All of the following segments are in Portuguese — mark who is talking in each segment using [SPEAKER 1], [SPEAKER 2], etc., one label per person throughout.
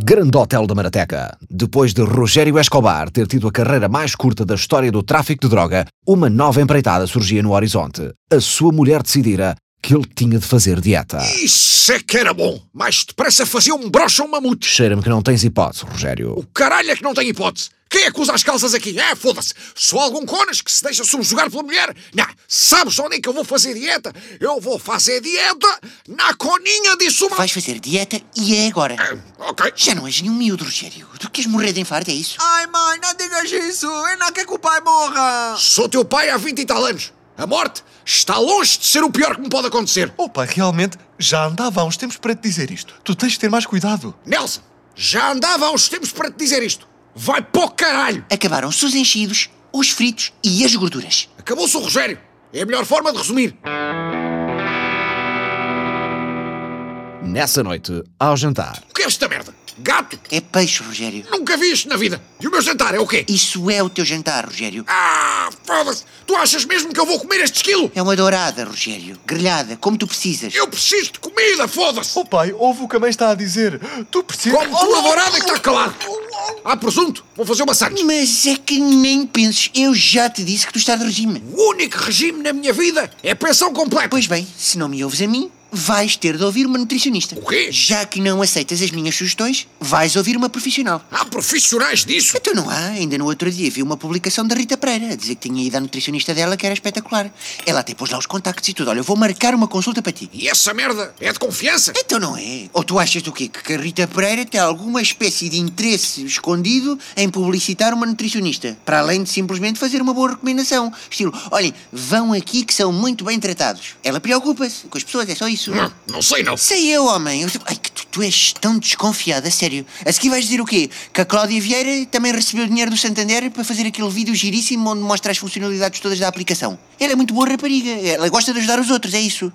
[SPEAKER 1] Grande Hotel da Marateca. Depois de Rogério Escobar ter tido a carreira mais curta da história do tráfico de droga, uma nova empreitada surgia no horizonte. A sua mulher decidira que ele tinha de fazer dieta.
[SPEAKER 2] Isso é que era bom! Mais depressa fazia um broche ou um mamute!
[SPEAKER 1] Cheira-me que não tens hipótese, Rogério.
[SPEAKER 2] O caralho é que não tem hipótese! Quem é que usa as calças aqui? É, foda-se! Só algum conas que se deixa subjugar pela mulher! Não, sabes onde é que eu vou fazer dieta? Eu vou fazer dieta na coninha de suma...
[SPEAKER 3] Vais fazer dieta e é agora.
[SPEAKER 2] Ok.
[SPEAKER 3] Já não és nenhum miúdo, Rogério. Tu queres morrer de infarto, é isso?
[SPEAKER 4] Ai mãe, não digas isso! Eu não quero que o pai morra!
[SPEAKER 2] Sou teu pai há 20 e tal anos. A morte está longe de ser o pior que me pode acontecer.
[SPEAKER 5] Opa, realmente, já andava há uns tempos para te dizer isto. Tu tens de ter mais cuidado.
[SPEAKER 2] Nelson, já andava há uns tempos para te dizer isto. Vai para o caralho!
[SPEAKER 3] Acabaram-se os enchidos, os fritos e as gorduras.
[SPEAKER 2] Acabou-se o Rogério. É a melhor forma de resumir.
[SPEAKER 1] Nessa noite, ao jantar,
[SPEAKER 2] O que é esta merda? Gato?
[SPEAKER 3] É peixe, Rogério.
[SPEAKER 2] Nunca vi isto na vida. E o meu jantar é o quê?
[SPEAKER 3] Isso é o teu jantar, Rogério.
[SPEAKER 2] Ah, foda-se! Tu achas mesmo que eu vou comer este esquilo?
[SPEAKER 3] É uma dourada, Rogério. Grelhada, como tu precisas.
[SPEAKER 2] Eu preciso de comida, foda-se!
[SPEAKER 5] Oh pai, ouve o que a mãe está a dizer. Tu precisas.
[SPEAKER 2] Como tu, a dourada que está calado! Há presunto? Vou fazer uma sandes.
[SPEAKER 3] Mas é que nem penses. Eu já te disse que tu estás de regime.
[SPEAKER 2] O único regime na minha vida é pensão completa.
[SPEAKER 3] Pois bem, se não me ouves a mim, vais ter de ouvir uma nutricionista.
[SPEAKER 2] O quê?
[SPEAKER 3] Já que não aceitas as minhas sugestões, vais ouvir uma profissional.
[SPEAKER 2] Há profissionais disso?
[SPEAKER 3] Então não há, ainda no outro dia vi uma publicação da Rita Pereira a dizer que tinha ido à nutricionista dela que era espetacular. Ela até pôs lá os contactos e tudo. Olha, eu vou marcar uma consulta para ti.
[SPEAKER 2] E essa merda é de confiança?
[SPEAKER 3] Então não é? Ou tu achas o quê? Que a Rita Pereira tem alguma espécie de interesse escondido em publicitar uma nutricionista? Para além de simplesmente fazer uma boa recomendação. Estilo, olhem, vão aqui que são muito bem tratados. Ela preocupa-se com as pessoas, é só isso.
[SPEAKER 2] Não, Hum, não sei não.
[SPEAKER 3] Sei eu, homem. Eu- Ai, que tu, tu és tão desconfiada, sério. A seguir vais dizer o quê? Que a Cláudia Vieira também recebeu dinheiro do Santander para fazer aquele vídeo giríssimo onde mostra as funcionalidades todas da aplicação. Ela é muito boa rapariga. Ela gosta de ajudar os outros, é isso.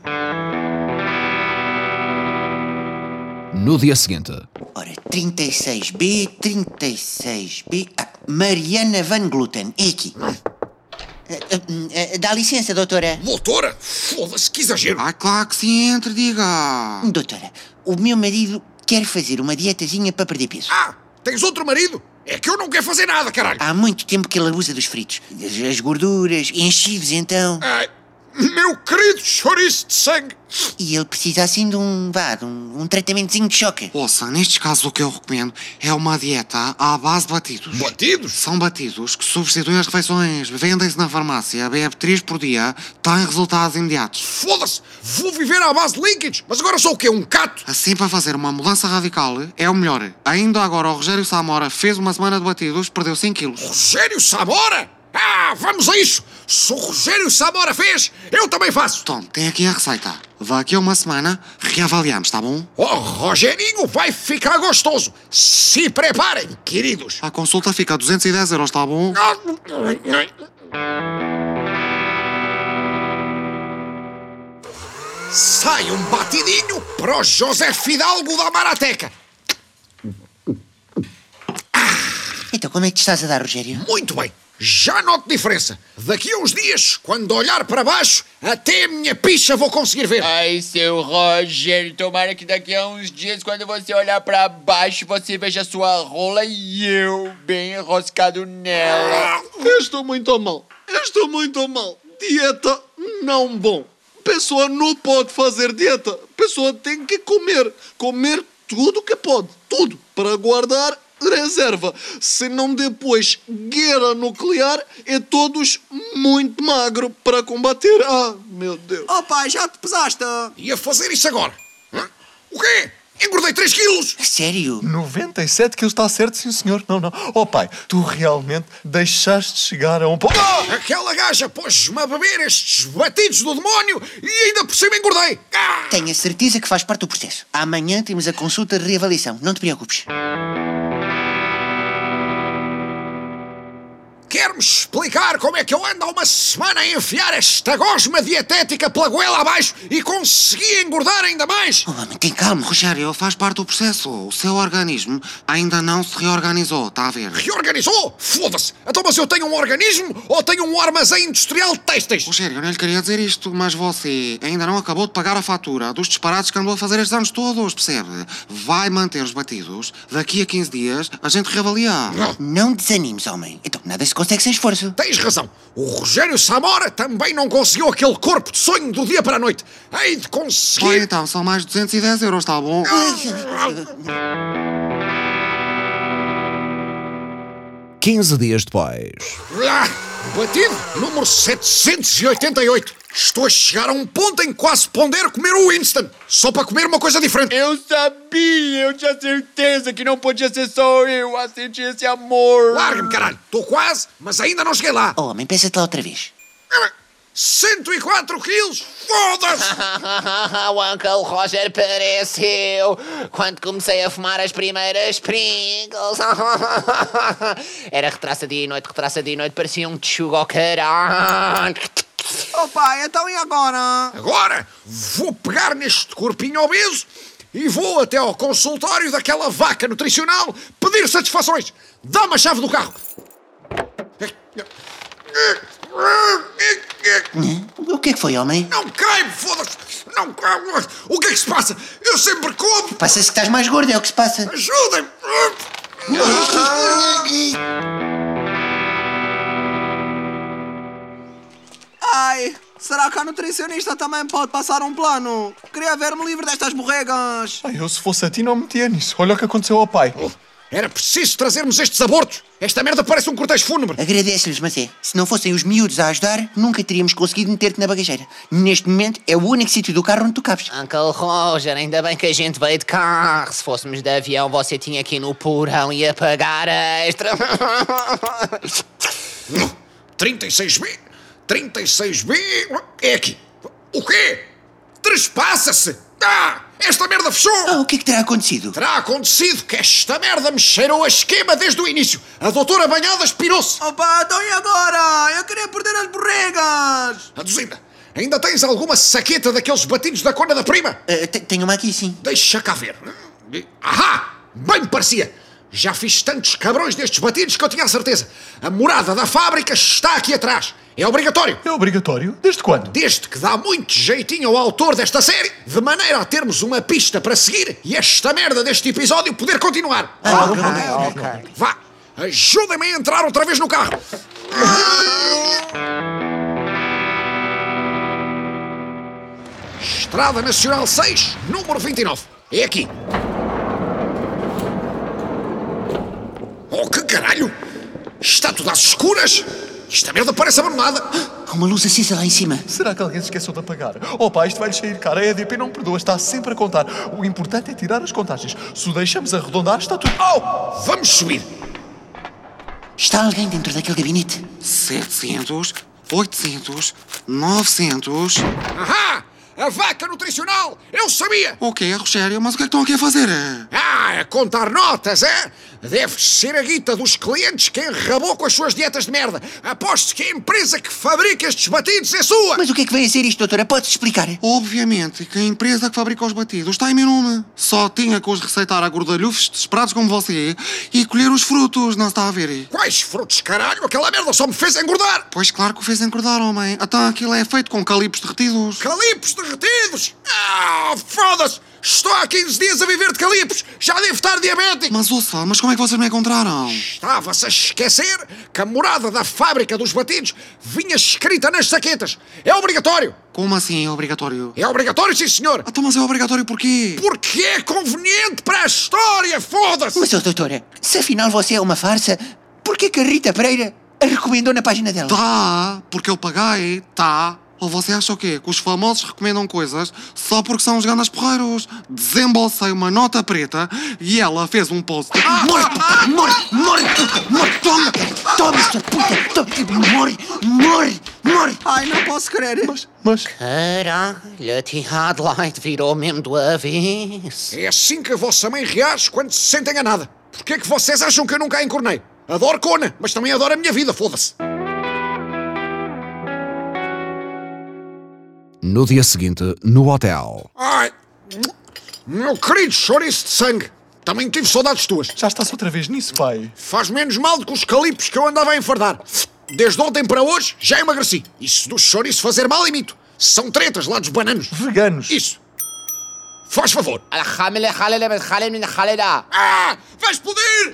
[SPEAKER 1] no dia seguinte,
[SPEAKER 3] Ora, 36B, 36B. Ah, Mariana Van Gluten, é aqui.
[SPEAKER 2] Hum.
[SPEAKER 3] Ah, ah, ah, Dá licença, doutora.
[SPEAKER 2] Doutora? Foda-se, que exagero.
[SPEAKER 6] Ah, claro que sim, entre, diga.
[SPEAKER 3] Doutora, o meu marido quer fazer uma dietazinha para perder peso.
[SPEAKER 2] Ah, tens outro marido? É que eu não quero fazer nada, caralho.
[SPEAKER 3] Há muito tempo que ele abusa dos fritos. As as gorduras, enchidos então.
[SPEAKER 2] Ai, meu querido chouriço de sangue.
[SPEAKER 3] E ele precisa assim de um, vá, de um, um tratamentozinho de choque.
[SPEAKER 6] Ouça, nestes casos o que eu recomendo é uma dieta à base de batidos.
[SPEAKER 2] Batidos?
[SPEAKER 6] São batidos que substituem as refeições, vendem-se na farmácia, bebe 3 por dia, têm resultados imediatos.
[SPEAKER 2] Foda-se, vou viver à base de líquidos. Mas agora sou o quê? Um cato?
[SPEAKER 6] Assim, para fazer uma mudança radical, é o melhor. Ainda agora, o Rogério Samora fez uma semana de batidos, perdeu 5 quilos.
[SPEAKER 2] Rogério Samora? Ah, vamos a isso. Se o Rogério Samora fez, eu também faço.
[SPEAKER 6] Tom, tem aqui a receita. Daqui a uma semana, reavaliamos, tá bom?
[SPEAKER 2] Oh, Rogerinho vai ficar gostoso. Se preparem, queridos.
[SPEAKER 6] A consulta fica a 210 euros, tá bom?
[SPEAKER 2] Sai um batidinho pro José Fidalgo da Marateca.
[SPEAKER 3] Então, como é que te estás a dar, Rogério?
[SPEAKER 2] Muito bem, já noto diferença. Daqui a uns dias, quando olhar para baixo, até a minha picha vou conseguir ver.
[SPEAKER 7] Ai, seu Rogério, tomara que daqui a uns dias, quando você olhar pra baixo, você veja sua rola e eu bem enroscado nela.
[SPEAKER 8] Eu estou muito mal. Eu estou muito mal. Dieta não bom. Pessoa não pode fazer dieta. Pessoa tem que comer. Comer tudo que pode. Tudo. Para guardar reserva. Senão depois guerra nuclear e todos muito magro para combater. Ah, meu Deus.
[SPEAKER 4] Oh pai, já te pesaste!
[SPEAKER 2] Ia fazer isso agora. Hã? O quê? Engordei 3 quilos.
[SPEAKER 3] A sério?
[SPEAKER 5] 97 que ele está certo, sim senhor. Não, não. Oh pai, tu realmente deixaste chegar a um ponto.
[SPEAKER 2] Aquela gaja pôs-me a beber estes batidos do demónio e ainda por cima engordei. Ah!
[SPEAKER 3] Tenho a certeza que faz parte do processo. Amanhã temos a consulta de reavaliação. Não te preocupes.
[SPEAKER 2] Quer quer-me explicar como é que eu ando há uma semana a enfiar esta gosma dietética pela goela abaixo e consegui engordar ainda mais?
[SPEAKER 3] Oh, homem, tem calma.
[SPEAKER 6] Rogério, faz parte do processo. O seu organismo ainda não se reorganizou, está a ver?
[SPEAKER 2] Reorganizou? Foda-se! Então, mas eu tenho um organismo ou tenho um armazém industrial de têxteis?
[SPEAKER 6] Rogério, eu não lhe queria dizer isto, mas você ainda não acabou de pagar a fatura dos disparates que andou a fazer estes anos todos, percebe? Vai manter os batidos. Daqui a 15 dias a gente reavalia.
[SPEAKER 3] Não desanimes, homem. Então, nada se consegue sem esforço.
[SPEAKER 2] Tens razão. O Rogério Samora também não conseguiu aquele corpo de sonho do dia para a noite. Hei de
[SPEAKER 6] Olha
[SPEAKER 2] conseguir.
[SPEAKER 6] então, são mais 210 euros, está bom?
[SPEAKER 2] Ah.
[SPEAKER 3] Ai,
[SPEAKER 1] 15 dias depois.
[SPEAKER 2] Ah, Batido número 788. Estou a chegar a um ponto em que quase ponder comer o Winston, só para comer uma coisa diferente.
[SPEAKER 7] Eu sabia, eu tinha certeza que não podia ser só eu a sentir esse amor.
[SPEAKER 2] Larga-me, caralho. Estou quase, mas ainda não cheguei lá.
[SPEAKER 3] Oh, homem, pensa-te lá outra vez.
[SPEAKER 2] 104 quilos? Foda-se!
[SPEAKER 9] o Uncle Roger pareceu quando comecei a fumar as primeiras Pringles. Era retraça dia e noite, retraça dia e noite, parecia um tchugo ao caralho.
[SPEAKER 4] Oh pai, então e agora?
[SPEAKER 2] Agora vou pegar neste corpinho obeso e vou até ao consultório daquela vaca nutricional pedir satisfações. Dá-me a chave do carro.
[SPEAKER 3] O que é que foi, homem?
[SPEAKER 2] Não caibo, foda-se! Não caibo! O que é que se passa? Eu sempre como!
[SPEAKER 3] Passa-se que estás mais gordo, é o que se passa.
[SPEAKER 2] Ajudem-me!
[SPEAKER 4] Ai, será que a nutricionista também pode passar um plano? Queria ver-me livre destas borregas.
[SPEAKER 5] Ai, eu se fosse a ti não metia nisso. Olha o que aconteceu ao pai.
[SPEAKER 2] Era preciso trazermos estes abortos! Esta merda parece um cortejo fúnebre!
[SPEAKER 3] Agradeço-lhes, mas é. Se não fossem os miúdos a ajudar, nunca teríamos conseguido meter-te na bagageira. Neste momento é o único sítio do carro onde tu cabes.
[SPEAKER 9] Uncle Roger, ainda bem que a gente veio de carro. Se fôssemos de avião, você tinha aqui no porão e ia pagar extra.
[SPEAKER 2] 36 mil! 36 mil! É aqui! O quê? Trespassa-se! Ah! Esta merda fechou!
[SPEAKER 3] Ah, o que é que terá acontecido?
[SPEAKER 2] Terá acontecido que esta merda me cheirou a esquema desde o início. A doutora Banhada pirou-se.
[SPEAKER 4] Oh pá, então e agora? Eu queria perder as borregas.
[SPEAKER 2] Aduzida, Ah, ainda tens alguma saqueta daqueles batidos da cona da prima?
[SPEAKER 3] Ah, te- tenho uma aqui, sim.
[SPEAKER 2] Deixa cá ver. Ahá! Bem me parecia. Já fiz tantos cabrões destes batidos que eu tinha a certeza. A morada da fábrica está aqui atrás. É obrigatório.
[SPEAKER 5] É obrigatório? Desde quando?
[SPEAKER 2] Desde que dá muito jeitinho ao autor desta série, de maneira a termos uma pista para seguir e esta merda deste episódio poder continuar.
[SPEAKER 3] Ah, ok.
[SPEAKER 2] Vá, ajudem-me a entrar outra vez no carro. 6, Estrada Nacional 6, número 29. É aqui. Oh, que caralho! Está tudo às escuras? Esta merda parece abandonada.
[SPEAKER 3] Há uma luz acesa lá em cima.
[SPEAKER 5] Será que alguém se esqueceu de apagar? Oh pai, isto vai-lhe sair cara. A EDP não perdoa, está sempre a contar. O importante é tirar as contagens. Se o deixamos arredondar, está tudo.
[SPEAKER 2] Oh, vamos subir.
[SPEAKER 3] Está alguém dentro daquele gabinete?
[SPEAKER 6] 700, 800, 900.
[SPEAKER 2] Ahá! A vaca nutricional! Eu sabia!
[SPEAKER 6] O quê, Rogério? Mas o que é que estão aqui a fazer?
[SPEAKER 2] Ah, a contar notas, é? Deve ser a guita dos clientes que enrabou com as suas dietas de merda. Aposto que a empresa que fabrica estes batidos é sua.
[SPEAKER 3] Mas o que é que vem a ser isto, doutora? Pode-se explicar?
[SPEAKER 6] Obviamente que a empresa que fabrica os batidos está em meu nome. Só tinha que os receitar a gordalhufes desesperados como você e colher os frutos, não se está a ver?
[SPEAKER 2] Quais frutos, caralho? Aquela merda só me fez engordar.
[SPEAKER 6] Pois claro que o fez engordar, homem. Então aquilo é feito com calipos derretidos.
[SPEAKER 2] Calipos derretidos! Ah, foda-se! Estou há 15 dias a viver de calipos! Já devo estar diabético!
[SPEAKER 6] Mas ouça, mas como é que vocês me encontraram?
[SPEAKER 2] Estava-se a esquecer que a morada da fábrica dos batidos vinha escrita nas saquetas. É obrigatório!
[SPEAKER 6] Como assim é obrigatório?
[SPEAKER 2] É obrigatório, sim, senhor!
[SPEAKER 6] Então, mas é obrigatório porquê?
[SPEAKER 2] Porque é conveniente para a história, foda-se!
[SPEAKER 3] Mas, oh, doutora, se afinal você é uma farsa, porquê que a Rita Pereira a recomendou na página dela?
[SPEAKER 6] Tá, porque eu paguei, tá. Ou você acha o quê? Que os famosos recomendam coisas só porque são os grandes porreiros? Desembolsei uma nota preta e ela fez um post.
[SPEAKER 3] Morre, puta! Morre! Morre, puta! Morre! Toma! Toma, sua puta! Toma! Morre! Morre! Morre!
[SPEAKER 4] Ai, não posso crer.
[SPEAKER 5] Mas, mas.
[SPEAKER 9] Caralho, a Tihad Light virou mesmo do avesso.
[SPEAKER 2] É assim que a vossa mãe reage quando se sente enganada. Porquê é que vocês acham que eu nunca a encornei? Adoro cona, mas também adoro a minha vida, foda-se.
[SPEAKER 1] No dia seguinte, no hotel.
[SPEAKER 2] Ai, meu querido chouriço de sangue, também tive saudades tuas.
[SPEAKER 5] Já estás outra vez nisso, pai.
[SPEAKER 2] Faz menos mal do que os calipos que eu andava a enfardar. Desde ontem para hoje já emagreci. Isso do chouriço fazer mal, imito. São tretas lá dos bananos.
[SPEAKER 5] Veganos.
[SPEAKER 2] Isso. Faz favor.
[SPEAKER 9] الحامل الحلال من الحلال من الحلال
[SPEAKER 2] Ah, vai explodir!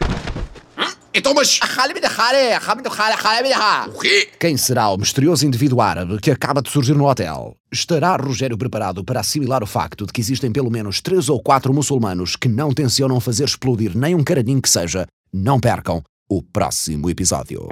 [SPEAKER 2] Hã? Então, mas.
[SPEAKER 9] الحلال من الحلال الحلال من الحلال الحلال من الحلال
[SPEAKER 2] O quê?
[SPEAKER 1] Quem será o misterioso indivíduo árabe que acaba de surgir no hotel? Estará Rogério preparado para assimilar o facto de que existem pelo menos três ou quatro muçulmanos que não tencionam fazer explodir nem um caradinho que seja? Não percam o próximo episódio.